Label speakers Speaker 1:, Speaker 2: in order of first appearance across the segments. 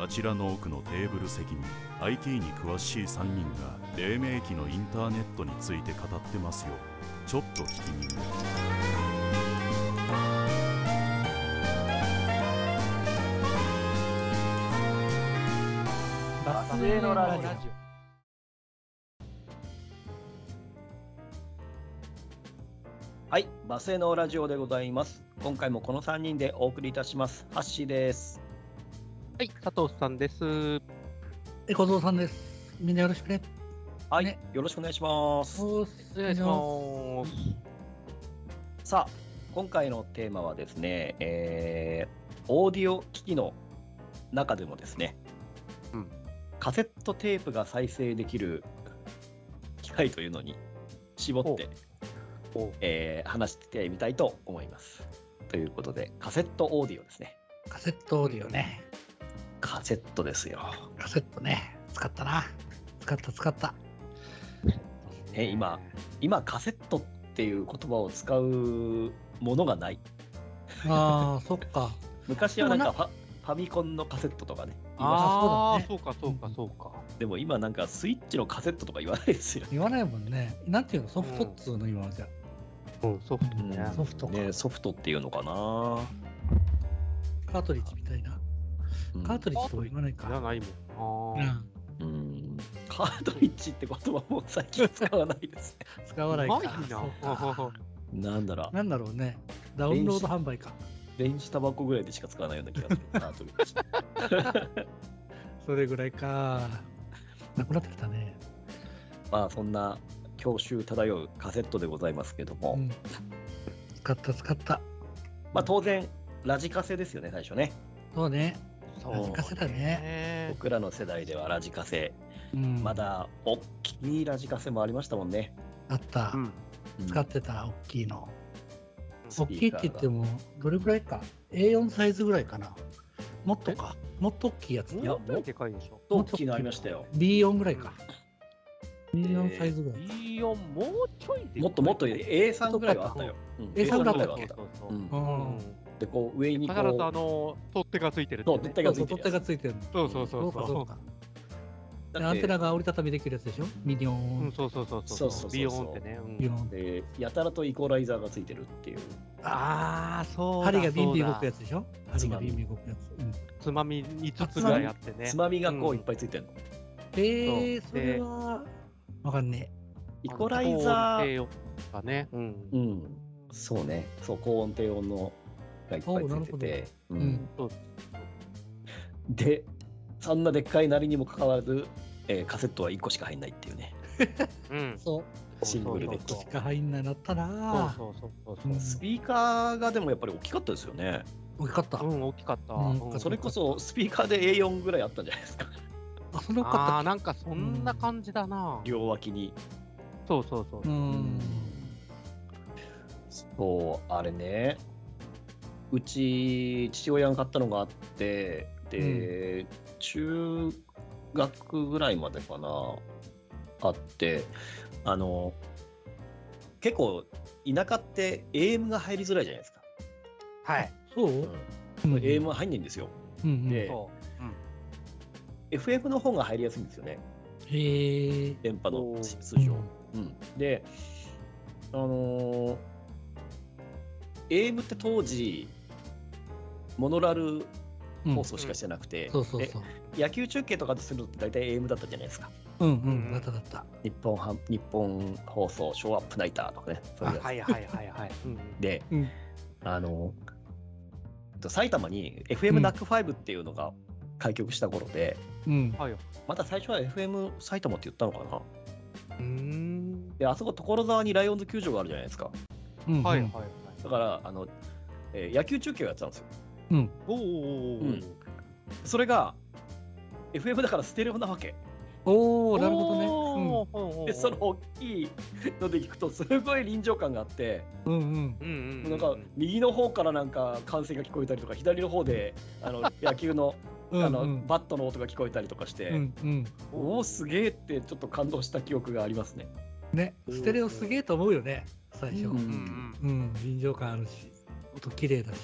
Speaker 1: あちらの奥のテーブル席に IT に詳しい3人が黎明期のインターネットについて語ってますよちょっと聞きに
Speaker 2: バスへのラジオ
Speaker 3: はい、バセのラジオでございます。今回もこの三人でお送りいたします。ハッシーです。
Speaker 4: はい、佐藤さんです。
Speaker 2: え、小僧さんです。みんなよろしくね。
Speaker 3: はい、
Speaker 2: ね
Speaker 3: よろしくお願いします。
Speaker 2: お
Speaker 4: お願いします。
Speaker 3: さあ、今回のテーマはですね、えーオーディオ機器の中でもですね、
Speaker 4: うん
Speaker 3: カセットテープが再生できる機械というのに絞って、
Speaker 4: おう
Speaker 3: えー話してみたいと思います。ということで、カセットオーディオですね。
Speaker 2: カセットオーディオね。
Speaker 3: カセットですよ。
Speaker 2: カセットね。使ったな。使った使った。
Speaker 3: ね、今、今カセットっていう言葉を使うものがない
Speaker 2: ああ、そっか。
Speaker 3: 昔はなんかファファミコンのカセットとかね
Speaker 4: あ
Speaker 2: あ
Speaker 4: あ、そうか、そうか、そうか。
Speaker 3: でも今なんかスイッチのカセットとか言わないですよ、
Speaker 2: 言わないもんね。なんていうのソフトっつうの今はじゃ
Speaker 4: うん、ソフトね。
Speaker 2: あ。ソフトか。
Speaker 3: ね、ソフトっていうのかな、
Speaker 2: カートリッジみたいな。
Speaker 3: うん
Speaker 2: カートリッジとは言わない
Speaker 4: じゃ
Speaker 2: か。
Speaker 4: ないも。
Speaker 2: うん
Speaker 4: あ
Speaker 2: ん。
Speaker 3: うんカートリッジって言葉も最近使わないですね
Speaker 2: 使わないか。
Speaker 4: うまいな
Speaker 2: そうか
Speaker 3: なんだろう
Speaker 2: なんだろうね。ダウンロード販売か。
Speaker 3: 電子タバコぐらいでしか使わないような気がするカートリ ッジ
Speaker 2: それぐらいか。なくなってきたね。
Speaker 3: まあそんな郷愁漂うカセットでございますけども、
Speaker 2: うん。使った使った。
Speaker 3: まあ当然ラジカセですよね最初ね
Speaker 2: そうね。
Speaker 4: あ
Speaker 3: そうね
Speaker 2: ラジカセだね。
Speaker 4: ね
Speaker 3: 僕らの世代ではラジカセ
Speaker 2: うん
Speaker 3: まだ大きいラジカセもありましたもんね、
Speaker 2: あった。
Speaker 4: うん。
Speaker 2: 使ってた大きいの。
Speaker 3: ス
Speaker 2: 大
Speaker 3: ピ
Speaker 2: きいっ
Speaker 3: ーカーが
Speaker 2: て言っても、どれぐらいか。A4 サイズぐらいかな。もっとか。もっと大きいやつ。
Speaker 3: いや
Speaker 4: もっとでかいでしょ。
Speaker 3: 大きいのありましたよ
Speaker 2: B4 ぐらいか。B4 サイズぐらい。
Speaker 4: B4、もうちょいでかい。
Speaker 3: もっともっと A3 ぐらいはあったよ。
Speaker 2: A3 だったっけ
Speaker 3: はあった
Speaker 4: そうそう
Speaker 3: う
Speaker 4: うん。
Speaker 2: う
Speaker 3: ん
Speaker 2: ん。
Speaker 3: で、こう上にこ
Speaker 4: 必ずあ
Speaker 3: う、
Speaker 4: の、取っ手がついてるって
Speaker 3: そ
Speaker 4: ね。
Speaker 3: う、取っ手
Speaker 2: そ
Speaker 3: が
Speaker 2: う
Speaker 3: つ
Speaker 2: そう、取っ
Speaker 3: いて
Speaker 2: 手がつい
Speaker 3: るや
Speaker 2: てるの。
Speaker 4: そうそうそ
Speaker 2: そううか、そうか。
Speaker 3: つ。
Speaker 2: で
Speaker 3: だ
Speaker 2: ア
Speaker 3: っ
Speaker 2: ンテ
Speaker 3: て
Speaker 2: ナが折りたたみできるやつでしょミニオ
Speaker 4: う
Speaker 2: ン
Speaker 4: ん、。そうそうそう
Speaker 3: そうそうそうそう
Speaker 4: B4 ってね。うん
Speaker 2: ビヨン
Speaker 3: で、やたらとイコライザーがついてるっていう。
Speaker 4: ああ、そうだ。
Speaker 2: 針がビンビン動くや
Speaker 4: つ。
Speaker 2: つでしょ
Speaker 3: つ
Speaker 2: 針
Speaker 3: ま
Speaker 2: が
Speaker 3: み
Speaker 2: ビンビン動くやつ。うん
Speaker 4: つまみ5つぐらいあってね
Speaker 3: つ。まみが
Speaker 4: う
Speaker 3: こうんいっぱいついてるの。
Speaker 2: えー、
Speaker 4: そう
Speaker 2: それは、わかんね
Speaker 3: イコライザー、
Speaker 4: ー。だね。うん
Speaker 3: う。ん、そうね、そう、高音低音のがいっぱいついてて、う
Speaker 2: え。うんん。
Speaker 3: で、そんなでっかいなりにもかかわらず、えーカセットは1個しか入んないっていうね。
Speaker 4: うん。
Speaker 2: そう。
Speaker 3: シングルで
Speaker 2: どっちか入んないなったな
Speaker 4: そうそうそう
Speaker 2: う
Speaker 4: そ
Speaker 2: ん
Speaker 3: スピーカーがでもやっぱり大きかったですよね。
Speaker 2: 大きかった
Speaker 4: う。。うん、大きかった。
Speaker 2: うん
Speaker 4: うん
Speaker 3: それこそスピーカーで A4 ぐらいあったんじゃ ないですか。
Speaker 2: あ、そんな大き
Speaker 4: あ
Speaker 2: か
Speaker 4: あ、
Speaker 2: ったっ
Speaker 4: なんかそんな感じだな。
Speaker 3: 両脇に。
Speaker 4: そうそうそう
Speaker 2: け。う。ん。
Speaker 3: そう、あれね。うち、父親が買ったのがあって、で、中学ぐらいまでかな、あって、あの、結構、田舎って AM が入りづらいじゃないですか。
Speaker 4: はい。
Speaker 2: そう
Speaker 3: うん
Speaker 2: うん
Speaker 3: AM は入んないんですよ。
Speaker 2: うんうん
Speaker 3: で
Speaker 4: そ
Speaker 3: FM の方が入りやすいんですよね、
Speaker 2: へえ。
Speaker 3: 電波
Speaker 4: お
Speaker 3: の
Speaker 4: ー
Speaker 3: 通常。うん、で、あのー、AM って当時、モノラル
Speaker 2: うん
Speaker 3: 放送しかしてなくて、
Speaker 2: そうそうそう。
Speaker 3: で野球中継とかするのって大体 AM だったじゃないですか
Speaker 2: うんうん、
Speaker 4: うん
Speaker 2: だっただった。
Speaker 3: 日本ハム日本放送ショーアップナイターとかね
Speaker 4: う。
Speaker 3: そう
Speaker 4: あ
Speaker 3: いうやつ
Speaker 4: はいはいはいはい。うん
Speaker 3: で、
Speaker 2: うん
Speaker 3: あの埼玉に FM ナックファイブっていうのが開局した頃で、
Speaker 2: うん。
Speaker 4: はい。う
Speaker 3: また最初は FM 埼玉って言ったのかな
Speaker 4: ーん。
Speaker 3: であそこ所沢にライオンズ球場があるじゃないですか
Speaker 2: うん
Speaker 4: はいはい
Speaker 2: うん
Speaker 4: はい。
Speaker 3: だからあの、えー野球中継をやってたんですよ
Speaker 2: うん。
Speaker 4: おーおーおー
Speaker 3: うんそれが FM だからステレオなわけ
Speaker 2: お
Speaker 4: お
Speaker 2: お
Speaker 4: ー。
Speaker 2: なるほどね。
Speaker 4: ど
Speaker 3: でその大きいので聞くとすごい臨場感があって
Speaker 2: うんうんうん。
Speaker 4: うんうんうん。
Speaker 3: なんか右の方からなんか歓声が聞こえたりとか左の方であ の野球の
Speaker 2: うん
Speaker 3: あの
Speaker 2: うん
Speaker 3: バットの音が聞こえたりとかして、
Speaker 2: うんうん。
Speaker 3: おおすげえってちょっと感動した記憶がありますね。
Speaker 2: ね、
Speaker 4: うん
Speaker 2: ステレオすげえと思うよね、最初。
Speaker 3: う
Speaker 2: うん
Speaker 4: う
Speaker 2: ん、
Speaker 4: んうん。
Speaker 2: 臨場感あるし、音綺麗だし。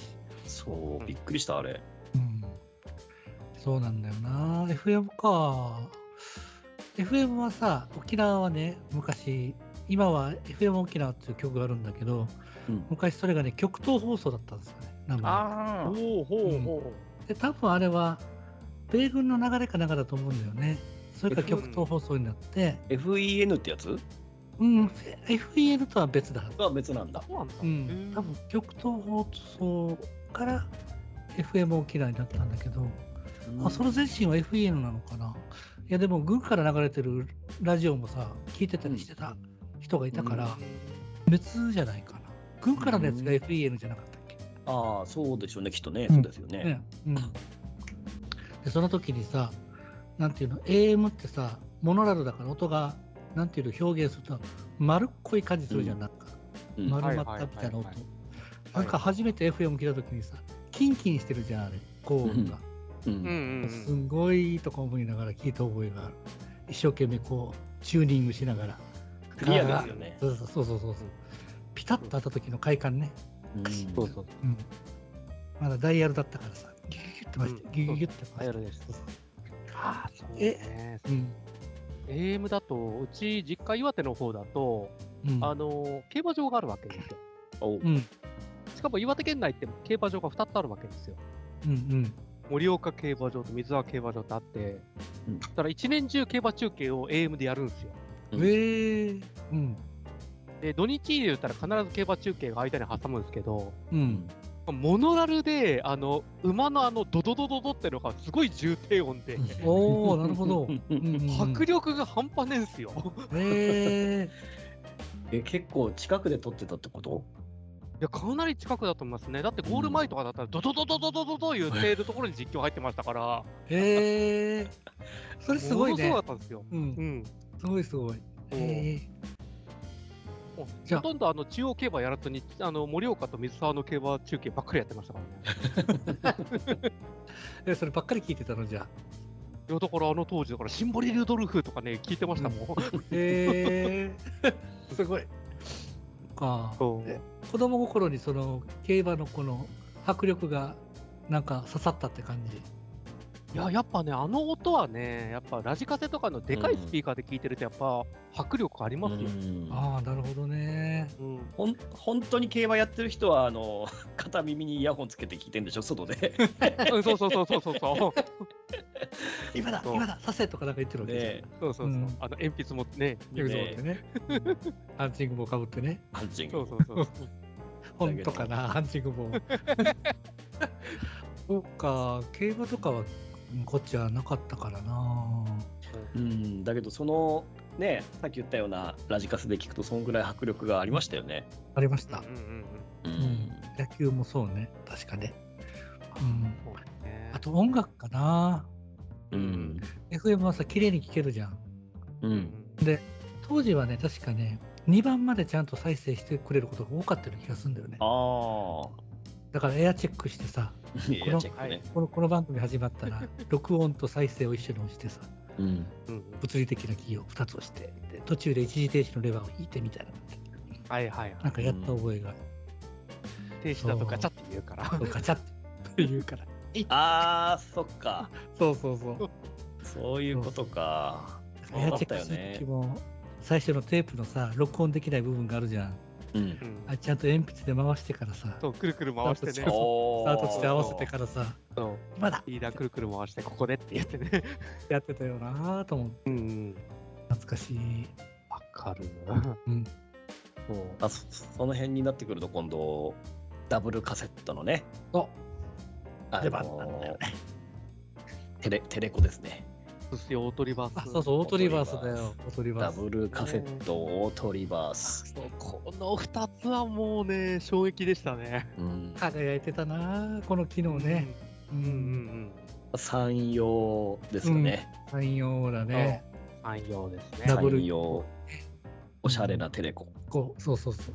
Speaker 3: そうびっくりしたあれ。
Speaker 2: うん。そうなんだよな FM か FM はさ沖縄はね昔今は FM 沖縄っていう曲があるんだけど
Speaker 3: うん
Speaker 2: 昔それがね極東放送だったんですよね名前
Speaker 3: あー
Speaker 4: ほうほうほ
Speaker 2: で多分あれは米軍の流れかなんかだと思うんだよねそれから極東放送になって、
Speaker 3: FEN ってやつ
Speaker 2: うん、FEN とは別だはず
Speaker 3: は別なん
Speaker 4: う。
Speaker 3: だ。
Speaker 4: そうなんだ。
Speaker 2: うん、多分極東放送から FM 沖縄になったんだけど、あその前身は FEN なのかないやでも軍から流れてるラジオもさ聞いてたりしてた人がいたから、別じゃないかな軍からのやつが
Speaker 3: うん
Speaker 2: FEN じゃなかったっけ、
Speaker 3: ああ、そうでしょうね、きっとね。
Speaker 2: うん
Speaker 3: そうですよね。
Speaker 2: ねうん、でその時にさなんていうの AM ってさモノラルだから音がなんていうの表現すると丸っこい感じするじゃん、
Speaker 3: うん
Speaker 2: なんか
Speaker 3: うん
Speaker 2: 丸まったみたいな音
Speaker 4: はいはいはいはい
Speaker 2: なんか初めて FM 聞いた時にさキンキンしてるじゃんあれ高音が、
Speaker 4: う
Speaker 3: う
Speaker 4: ん
Speaker 3: ん。
Speaker 4: うん
Speaker 2: すんごいいいとこ思いながら聞いた覚えがある一生懸命こうチューニングしながら
Speaker 3: クリアですよね。
Speaker 2: そうそうそうそうそうピタッと当たった時の快感ね、
Speaker 3: うん
Speaker 4: そうそう。
Speaker 2: うん、まだダイヤルだったからさギュギュギュって回して、
Speaker 4: うん
Speaker 2: ギュギュギュって
Speaker 4: ダイ
Speaker 2: 回
Speaker 4: ヤ
Speaker 2: して
Speaker 4: ルです
Speaker 2: そうそう
Speaker 4: ああ、そうね。
Speaker 2: うん、
Speaker 4: AM だと、うち実家岩手の方だと、
Speaker 2: うん、
Speaker 4: あの、競馬場があるわけですよ。
Speaker 3: おう
Speaker 2: うんうん
Speaker 4: しかも岩手県内って競馬場が2つあるわけですよ。
Speaker 2: うん
Speaker 4: 盛岡競馬場と水沢競馬場ってあって、
Speaker 3: うん
Speaker 4: だから一年中競馬中継を AM でやるんですよ。
Speaker 2: うんえー、うん
Speaker 4: で、土日で言ったら必ず競馬中継が間に挟むんですけど、
Speaker 2: うん
Speaker 4: モノラルで、あの、馬のあの、ドドドドドってのがすごい重低音で、
Speaker 2: おおなるほど、うんうん、
Speaker 4: 迫力が半端ねえんすよ。
Speaker 2: えー、
Speaker 3: え、結構近くで撮ってたってこと
Speaker 4: いや、かなり近くだと思いますね。だってゴール前とかだったら、ドドドドドドドド言っているところに実況入ってましたから、
Speaker 2: えー、それすごい
Speaker 4: も
Speaker 2: ね
Speaker 4: のすごかったんですよ。
Speaker 2: う
Speaker 4: うんん。
Speaker 2: すごいすごいえ
Speaker 4: もう
Speaker 2: じゃあ
Speaker 4: ほとんどあの中央競馬やらずにあの盛岡と水沢の競馬中継ばっかりやってましたからね。
Speaker 2: ー、えそればっかり聞いてたのじゃあ
Speaker 4: いやだからあの当時だからシンボリ・ルドルフとかね聞いてましたもん。
Speaker 2: へえ すごい。か
Speaker 4: そう
Speaker 2: え子供心にその競馬のこの迫力がなんか刺さったって感じ。
Speaker 4: いややっぱねあの音はねやっぱラジカセとかのでかいスピーカーで聞いてるとやっぱ迫力ありますよ。
Speaker 3: うん
Speaker 2: ああなるほどね。
Speaker 4: うん
Speaker 3: ほん本当に競馬やってる人はあの 片耳にイヤホンつけて聞いてんでしょ外で
Speaker 4: うんそうそうそうそうそうそう
Speaker 2: 今だ
Speaker 4: そう
Speaker 2: 今だ刺せとかなんか言ってるわけじゃん。
Speaker 3: ね
Speaker 4: そうそうそう、
Speaker 2: うん
Speaker 4: あの鉛筆もね
Speaker 2: ユーザーってね。ハンチング帽かぶってね。
Speaker 3: ハンチン
Speaker 4: そう
Speaker 3: グ
Speaker 4: そうそう
Speaker 2: 本とかなハンチング帽。そうか競馬とかはこっちはなかったからな。
Speaker 3: うんだけどそのねさっき言ったようなラジカセで聞くとそんぐらい迫力がありましたよね
Speaker 2: ありました。
Speaker 4: うんうんうん
Speaker 3: うん
Speaker 2: ん野球もそうね確かね。うん。
Speaker 4: そうね
Speaker 2: あと音楽かな。
Speaker 3: うん
Speaker 2: FM はさ、綺麗に聴けるじゃん。
Speaker 4: う
Speaker 3: う
Speaker 4: んん
Speaker 2: 当時はね、確かね、2番までちゃんと再生してくれることが多かったような気がするんだよね
Speaker 3: あ。あ
Speaker 2: だからエアチェックしてさ、
Speaker 3: いやチェックね、
Speaker 2: このこの番組始まったら、録音と再生を一緒に押してさ、
Speaker 3: うん
Speaker 4: うん
Speaker 2: 物理的なキーを2つ押して、で途中で一時停止のレバーを引いてみたいな、
Speaker 4: はいはいは
Speaker 2: ないんかやった覚えがある。
Speaker 4: 停止だとガチャって言うから。
Speaker 2: ガチャって言うから。
Speaker 3: あーそっか
Speaker 2: そうそうそう。
Speaker 3: そういうことかそう
Speaker 2: エ
Speaker 3: だ
Speaker 2: ア
Speaker 3: っ
Speaker 2: チェ
Speaker 3: た
Speaker 2: ッ
Speaker 3: よ
Speaker 2: クする
Speaker 3: ね
Speaker 2: 時も、最初のテープのさ、録音できない部分があるじゃん。
Speaker 3: うん
Speaker 4: うん
Speaker 2: あちゃんと鉛筆で回してからさ、
Speaker 4: そうくるくる回してね
Speaker 2: スタート地ス
Speaker 3: お
Speaker 2: タート地で合わせてからさ、
Speaker 4: そう
Speaker 2: まだ
Speaker 4: リーダーくるくる回してここでって言ってね。
Speaker 2: やってたよなぁと思って
Speaker 4: うん。
Speaker 2: 懐かしい、
Speaker 4: わかるな。
Speaker 2: うん、
Speaker 4: そう。
Speaker 3: あそその辺になってくると今度ダブルカセットのね
Speaker 2: お
Speaker 3: あのー
Speaker 2: 出番なんだよね
Speaker 3: テレテレコですね
Speaker 4: そしてオートリバース。
Speaker 2: あそうそうオートリバースだよオートリ
Speaker 3: ダ
Speaker 2: バース
Speaker 3: ブルカセットオートリバース、
Speaker 4: そうこの2つはもうね、衝撃でしたね。
Speaker 3: うん、
Speaker 2: 輝いてたなぁこの機能ねう
Speaker 4: うん。うん
Speaker 3: 三用ですよね、
Speaker 2: 汎用だね
Speaker 4: うんうん。汎用ですね。
Speaker 2: ダブル
Speaker 3: 三用おしゃれなテレコ、
Speaker 2: こうそうそうそう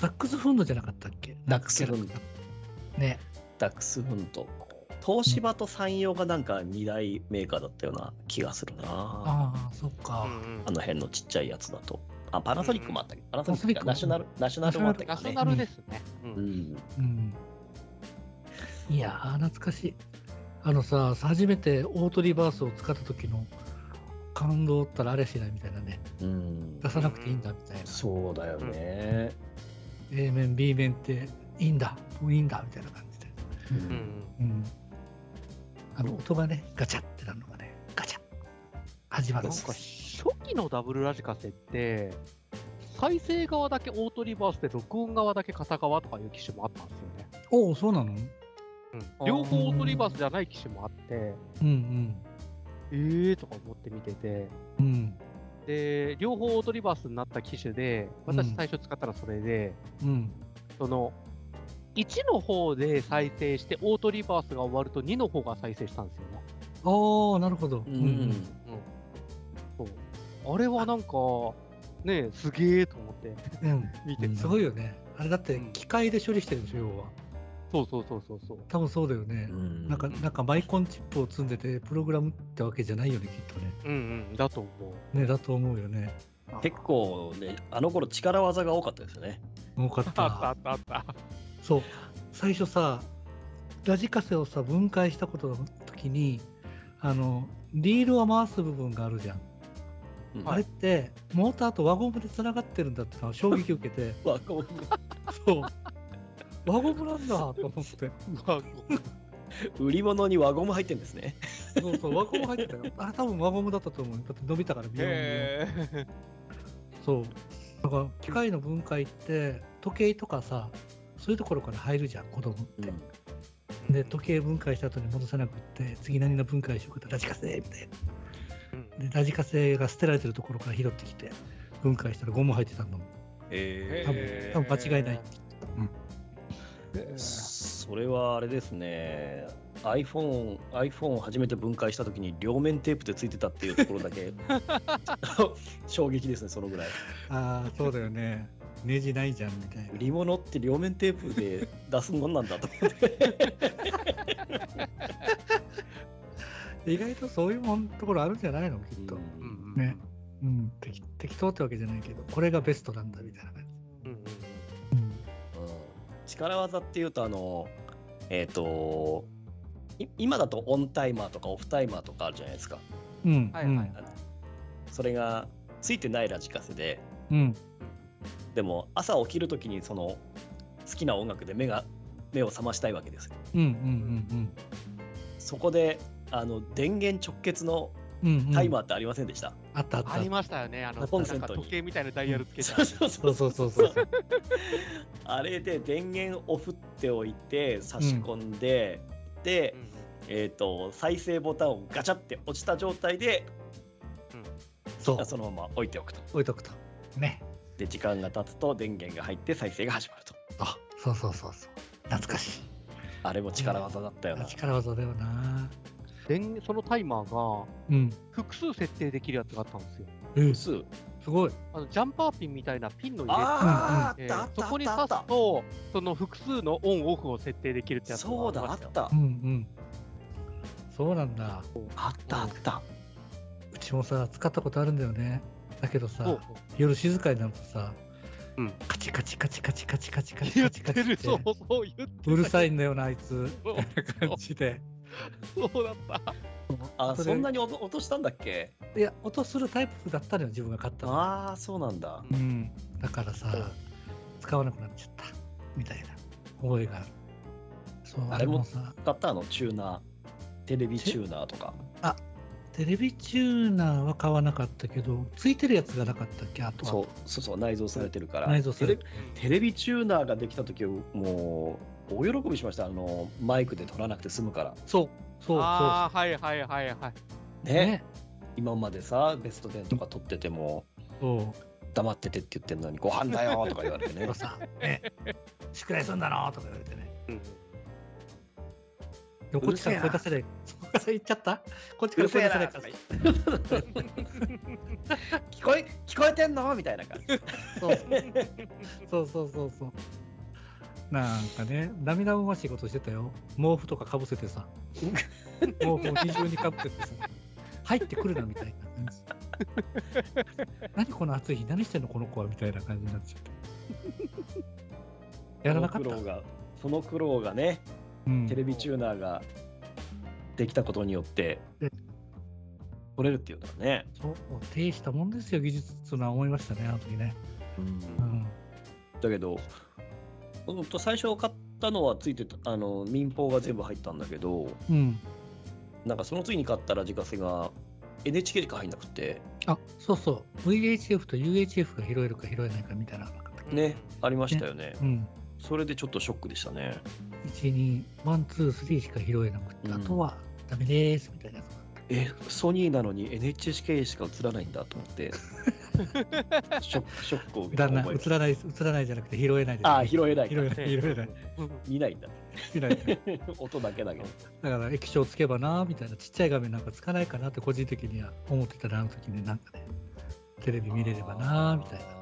Speaker 2: ダックスフンドじゃなかったっけ
Speaker 3: ダックスフンド
Speaker 2: ね
Speaker 3: ダックスフント東芝と三用がなんか2大メーカーだったような気がするなあ
Speaker 2: ああそっか、
Speaker 4: うん
Speaker 3: の辺のちっちゃいやつだとあパナソニックもあったけどパナソニック
Speaker 2: パナ
Speaker 3: がナシ
Speaker 2: ソ
Speaker 3: ョ
Speaker 2: ニ
Speaker 3: ナ
Speaker 2: ッ
Speaker 3: ルナショナルもあった
Speaker 4: ナ
Speaker 3: か
Speaker 4: シ
Speaker 3: ら
Speaker 4: ョ
Speaker 3: ね
Speaker 4: ナルですね。う
Speaker 3: うんん
Speaker 2: うんいやー懐かしいあのさ初めてオートリバースを使った時の感動ったらあれしないみたいなね
Speaker 3: うん
Speaker 2: 出さなくていいんだみたいな、
Speaker 3: そうだよね。
Speaker 2: A 面 B 面っていいんだもういいんだみたいな感じで、
Speaker 4: う
Speaker 3: う
Speaker 4: んん
Speaker 2: うん、あの音がねガチャってなるのがねガチャ始ま
Speaker 4: な
Speaker 2: る
Speaker 4: んか初期のダブルラジカセって、再生側だけオートリバースで、録音側だけ片側とかいう機種もあったんですよね。
Speaker 2: おおそうなのうん
Speaker 4: うん、両方オートリバースじゃない機種もあって、
Speaker 2: うん
Speaker 4: えーとか思って見てて、
Speaker 2: うん
Speaker 4: で、両方オートリバースになった機種で、私
Speaker 2: うん
Speaker 4: 最初使ったらそれで、
Speaker 2: うん
Speaker 4: その、1の方で再生して、オートリバースが終わると2の方が再生したんですよね。
Speaker 2: ああなるほど、う
Speaker 3: うんん。
Speaker 4: そうあれはなんか、ねえすげえと思って
Speaker 2: うん
Speaker 4: 見て
Speaker 3: うん
Speaker 4: た。
Speaker 2: すごいよねあれだって機械で処理してるでしょ要は
Speaker 4: そうそうそうそうそう。
Speaker 2: 多分そうだよね、
Speaker 3: うん
Speaker 2: なんかなんかマイコンチップを積んでてプログラムってわけじゃないよねきっとね
Speaker 4: うんうん、だと思う。
Speaker 2: ねだと思うよね
Speaker 3: 結構ね、あの頃力技が多かったですよね。
Speaker 2: 多かっ
Speaker 4: あったあ
Speaker 2: た
Speaker 4: ったあった。
Speaker 2: そう最初さラジカセをさ分解したことの時にあのリールを回す部分があるじゃん、
Speaker 3: うん
Speaker 2: あれってモーターと輪ゴムでつながってるんだってのは衝撃受 けて
Speaker 3: わこう
Speaker 2: そう輪ゴムなんだと思って
Speaker 4: まあ
Speaker 3: 売り物に輪ゴム入ってんですね。
Speaker 2: そうそう輪ゴム入ってたよあれ多分輪ゴムだったと思うよだって伸びたからビヨンビヨン
Speaker 4: へ
Speaker 2: そうだから機械の分解って時計とかさそういうところから入るじゃん子供 って、で時計分解した後に戻さなくって次何の分解しようかってラジカセみたい
Speaker 4: ー
Speaker 2: なでラジカセが捨てられてるところから拾ってきて分解したらゴム入ってたんだもん多分
Speaker 3: え
Speaker 2: 多分間違いない、
Speaker 3: ーそれはあれですね。iPhone、iPhone を初めて分解したときに両面テープでついてたっていうところだ け衝撃ですね、そのぐらい。
Speaker 2: ああそうだよね ネジないじゃんみたい
Speaker 3: 売り物って両面テープで出すもんなんだと思って。
Speaker 2: 意外とそういうもんところあるんじゃないのきっと、
Speaker 3: うん
Speaker 2: ねうん、適適当ってわけじゃないけどこれがベストなんだみたいな感
Speaker 4: うんうん
Speaker 2: じ、
Speaker 3: 力技っていうとあのえっ、とい今だとオンタイマーとかオフタイマーとかあるじゃないですか
Speaker 2: うんうん
Speaker 4: はいはいはい
Speaker 3: それがついてないラジカセで
Speaker 2: うん
Speaker 3: でも朝起きるときにその好きな音楽で目が目を覚ましたいわけですよ
Speaker 2: うんうんうん
Speaker 3: そこであの電源直結の
Speaker 2: うんうんうん
Speaker 3: タイマーってありませんでした、
Speaker 2: あったあっ
Speaker 4: あり
Speaker 2: た。
Speaker 4: ましたよね、あの、
Speaker 3: コン
Speaker 4: な
Speaker 3: セン
Speaker 4: ん
Speaker 3: ト
Speaker 4: か
Speaker 3: に
Speaker 4: 時計みたいなダイヤルつけちゃ
Speaker 3: そう そうそ
Speaker 2: そううそうそうそう。
Speaker 3: あれで電源オフっておいて差し込んで、で、えー、と再生ボタンをガチャって落ちた状態で
Speaker 2: そう
Speaker 3: そのまま置いておくと
Speaker 2: 置いとくと。ね。
Speaker 3: で時間が経つと電源が入って再生が始まると
Speaker 2: あそうそうそうそう。懐かしい。
Speaker 3: あれも力技だったよな、
Speaker 2: 力技だよな。
Speaker 4: 電そのタイマーが
Speaker 2: うん。
Speaker 4: 複数設定できるやつがあったんですよ。
Speaker 2: うん、す
Speaker 3: 数
Speaker 2: ごい。
Speaker 4: あのジャンパーピンみたいなピンの入れ
Speaker 3: あー
Speaker 4: えー
Speaker 3: あったあっ
Speaker 4: そ
Speaker 3: たあ
Speaker 4: こ
Speaker 3: っ
Speaker 4: に
Speaker 3: たあ
Speaker 4: 刺
Speaker 3: っ
Speaker 4: すと、その複数のオンオフを設定できるって
Speaker 3: た
Speaker 4: やつが
Speaker 3: そうだ
Speaker 4: り
Speaker 3: あ
Speaker 4: ま
Speaker 3: っ
Speaker 4: したよ
Speaker 3: た
Speaker 2: うんうん。そうなんだ。
Speaker 3: あったあった
Speaker 2: うちもさ、使ったことあるんだよね。だけど
Speaker 4: そう
Speaker 2: さ、夜静かになるとさ、
Speaker 4: うん
Speaker 2: カチカチカチカチカチカチカチ
Speaker 4: 言っ
Speaker 2: カチカ
Speaker 4: て
Speaker 2: チ
Speaker 4: る、
Speaker 2: って
Speaker 4: そうそう言って
Speaker 2: うるさいんだよな、あいつ。
Speaker 4: そう
Speaker 2: 感じで。
Speaker 4: そうだった。
Speaker 3: あ
Speaker 2: それ
Speaker 3: そんなに落落としたんだっけ
Speaker 2: いや、音するタイプだったのよ、自分が買ったの。
Speaker 3: ああそうなんだ
Speaker 2: うん、だからさ、使わなくなっちゃったみたいな覚えがある。そう、あ
Speaker 3: あ
Speaker 2: れ
Speaker 3: れも
Speaker 2: もさ、
Speaker 3: 使ったあのチューナーテレビチューナーとか
Speaker 2: テレビチューナーは買わなかったけど、ついてるやつがなかったっけ、あとは。
Speaker 3: そうそうそう内蔵されてるから
Speaker 2: 内蔵す
Speaker 3: テレ
Speaker 2: る
Speaker 3: ビ。テレビチューナーができた時はもう大喜びしましたあのマイクで撮らなくて済むから
Speaker 2: そう、そう、そ
Speaker 4: ああ、はいはいはいはい。
Speaker 2: う。
Speaker 3: ね今までさベスト10とか撮ってても
Speaker 2: そう。
Speaker 3: 黙っててって言ってんのにご飯だよとか言われて
Speaker 2: で
Speaker 3: ね
Speaker 2: もさ、ね、宿題すんだなとか言われてね。
Speaker 4: うん
Speaker 2: でもこっちから声出せない。そうか、言っちゃったこっちから声出せないから。
Speaker 3: 聞こえ聞こえてんのみたいな感じ
Speaker 2: そうそうそうそうそう。なんかね、涙ぐましいことしてたよ。毛布とかかぶせて さ。毛布を二重にかぶせてさ。入ってくるなみたいな感じ。何この暑い日、何してんのこの子はみたいな感じになっちゃって。やらなかっ
Speaker 3: そ
Speaker 2: た
Speaker 3: の苦労。がその苦労がね
Speaker 2: うん
Speaker 3: テレビチューナーができたことによって
Speaker 2: うん、
Speaker 3: 取れるっていうのはね。
Speaker 2: そう、大したもんですよ、技術っていうのは思いましたね、あの時ね。うん。
Speaker 3: だけど、うんと最初買ったのはついてた、あの民放が全部入ったんだけど、
Speaker 2: うん。
Speaker 3: なんかその次に買ったラジカセが NHK しか入んなくて、
Speaker 2: あ、そうそう。VHF と UHF が拾えるか拾えないかみたいなのがあったっけ。
Speaker 3: ね、ありましたよね。
Speaker 2: うん。
Speaker 3: それでちょっとショックでしたね。
Speaker 2: 1、2、1、2、3しか拾えなくて、
Speaker 3: うん
Speaker 2: あとはダメですみたいなやつがあった。
Speaker 3: え、ソニーなのに NHK しか映らないんだと思 って、ショックショックを受けた
Speaker 2: だんだん
Speaker 3: 思い
Speaker 2: 映らないです、映らないじゃなくて拾えないです。
Speaker 3: ああ、拾えない
Speaker 2: 拾えない、拾えない。
Speaker 3: 見ないんだ。
Speaker 2: 見ないです
Speaker 3: 音だけだけど。
Speaker 2: だから液晶つけばなみたいなちっちゃい画面なんかつかないかなって個人的には思ってたらあの時ねなんかねテレビ見れればなみたいな
Speaker 3: な。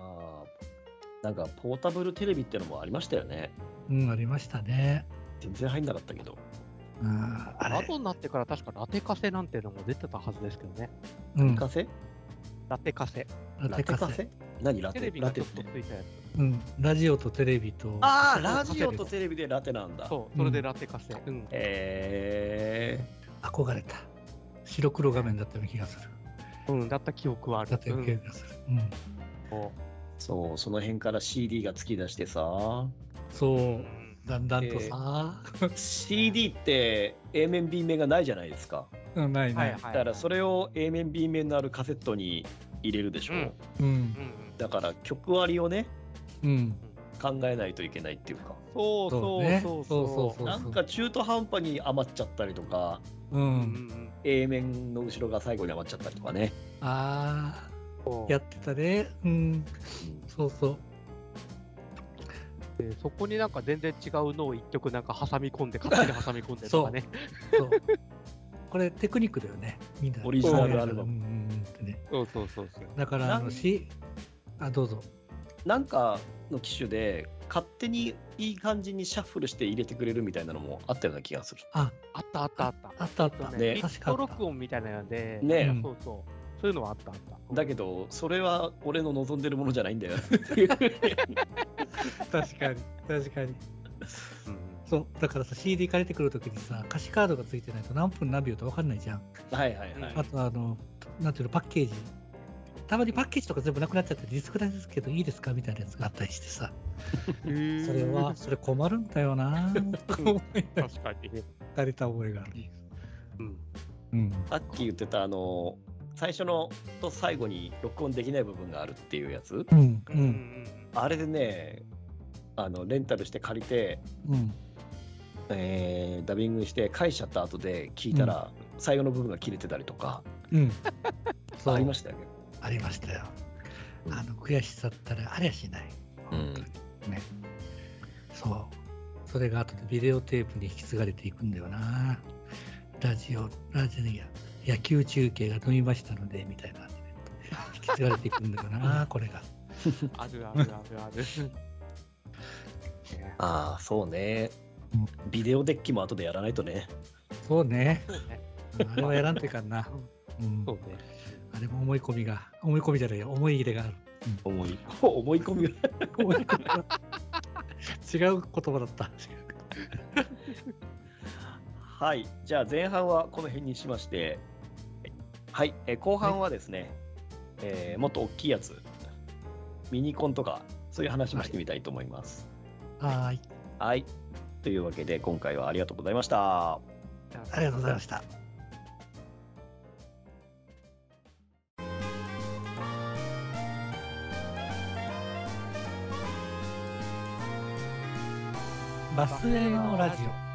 Speaker 3: なんかポータブルテレビってのもありましたよね。
Speaker 2: うんありましたね
Speaker 3: 全然入んなかったけど。
Speaker 2: うんあれ
Speaker 4: 後になってから確かラテカセなんてのも出てたはずですけどね。
Speaker 2: うん
Speaker 3: カセ
Speaker 4: ラテカセ。
Speaker 2: ラ
Speaker 3: ラ
Speaker 2: テ
Speaker 3: テ
Speaker 2: カ
Speaker 3: カ
Speaker 2: セ
Speaker 3: セ何ラ
Speaker 4: テレ
Speaker 3: テ
Speaker 4: ビ
Speaker 3: ラ
Speaker 4: が
Speaker 3: テ
Speaker 4: ち
Speaker 3: っ
Speaker 4: ょっと
Speaker 3: て。
Speaker 4: ついたやつ。
Speaker 2: うんラジオとテレビと
Speaker 3: ああ、
Speaker 2: カ
Speaker 3: ラ
Speaker 2: セ
Speaker 3: ジオとテレビでラテなんだ。
Speaker 4: そう、それでラテカセ。うん。
Speaker 3: え
Speaker 2: 憧れた白黒画面だったような気がする
Speaker 4: うん、だった記憶はある。
Speaker 2: だったような気がするうん
Speaker 4: うん
Speaker 3: ー、そう、その辺から CD が突き出し てさ、
Speaker 2: そうだんだんと
Speaker 3: え
Speaker 2: さ
Speaker 3: CD って A 面 B 面がないじゃないですか。
Speaker 2: うん ない
Speaker 4: はい
Speaker 2: ね
Speaker 4: はい。
Speaker 3: だからそれを A 面 B 面のあるカセットに入れるでしょ。
Speaker 4: うん
Speaker 2: うん
Speaker 4: うんうん。
Speaker 3: だから曲割りをね、
Speaker 2: うん
Speaker 3: 考えないといけないっていうか。
Speaker 4: そう
Speaker 2: そう
Speaker 4: そう
Speaker 2: ね
Speaker 4: そう
Speaker 2: そうそうそう
Speaker 3: なんか中途半端に余っちゃったりとか、
Speaker 2: う
Speaker 4: うんん
Speaker 3: A 面の後ろが最後に余っちゃったりとかね。
Speaker 2: あ
Speaker 4: うん
Speaker 2: あやってたねうんそうそう
Speaker 4: でそこになんか全然違うのを一曲なんか挟み込んで、勝手に挟み込んでとかね。
Speaker 2: そうこれテクニックだよね。みんな
Speaker 3: オリジナルアルバム
Speaker 2: うんうんうんってね。
Speaker 4: そうそうそうそう。
Speaker 2: だからあの
Speaker 3: なん
Speaker 2: し、あどうぞ。
Speaker 3: なんかの機種で、勝手にいい感じにシャッフルして入れてくれるみたいなのもあったような気がする。
Speaker 2: あ
Speaker 4: あったあったあった。
Speaker 2: あったあっ
Speaker 4: そう
Speaker 2: た。
Speaker 4: ね、
Speaker 3: ね
Speaker 4: ヒ
Speaker 2: 確
Speaker 4: ッ
Speaker 2: かあ
Speaker 4: ト
Speaker 2: っ
Speaker 4: 録音みたいなので、
Speaker 3: ね
Speaker 2: うん
Speaker 4: そうそう、そういうのはあったあった。
Speaker 3: だけど、それは俺の望んでるものじゃないん だよっていう
Speaker 2: た。確かに確かに。
Speaker 4: うん、
Speaker 2: そうだからさ CD 借りてくるときにさ歌詞カードがついてないと何分何秒と分かんないじゃん。
Speaker 3: はいはいはい。
Speaker 2: あとあのなんていうのパッケージ。たまにパッケージとか全部なくなっちゃってディスクなんですけどいいですかみたいなやつがあったりしてさそれはそれ困るんだよなと思いながら
Speaker 4: 確かにね。
Speaker 2: 借りた覚えがある。
Speaker 4: うん、
Speaker 2: うん、
Speaker 3: さっき言ってた、あの、最初のと最後に録音できない部分があるっていうやつ。
Speaker 2: う
Speaker 4: う
Speaker 2: んうん
Speaker 4: うんん
Speaker 3: あれでね、あのレンタルして借りて、
Speaker 2: うん。
Speaker 3: えーダビングして返しちゃった後で聞いたら、最後の部分が切れてたりとか、
Speaker 2: うん。そう
Speaker 3: ありましたよね。
Speaker 2: ありましたよ。
Speaker 3: うん
Speaker 2: あの悔しさったらありゃしない。
Speaker 3: うん
Speaker 2: そう。それが後でビデオテープに引き継がれていくんだよな。ラジオ、ラジオや野球中継が飛びましたので、みたいな。引き継がれていくんだよな、これが。
Speaker 4: あるあるあるあ る。ね
Speaker 3: ああ、そうね
Speaker 2: うん。
Speaker 3: ビデオデッキも後でやらないとね。
Speaker 2: そうね。
Speaker 4: そうね。
Speaker 2: あれはやらんといかん な。うん
Speaker 4: そ。うね。
Speaker 2: あれも思い込みが、思い込みじゃないよ、思い入れがある。
Speaker 3: 思い 思い込みが。
Speaker 2: 思い込みが 違う言葉だった。
Speaker 3: はい。じゃあ前半はこの辺にしまして、はい。えー後半はですね、えーもっと大きいやつ、ミニコンとか、そういう話もしてみたいと思います。
Speaker 2: はーい。
Speaker 3: はい。というわけで、今回はありがとうございました。
Speaker 2: ありがとうございました。バスへのラジオ。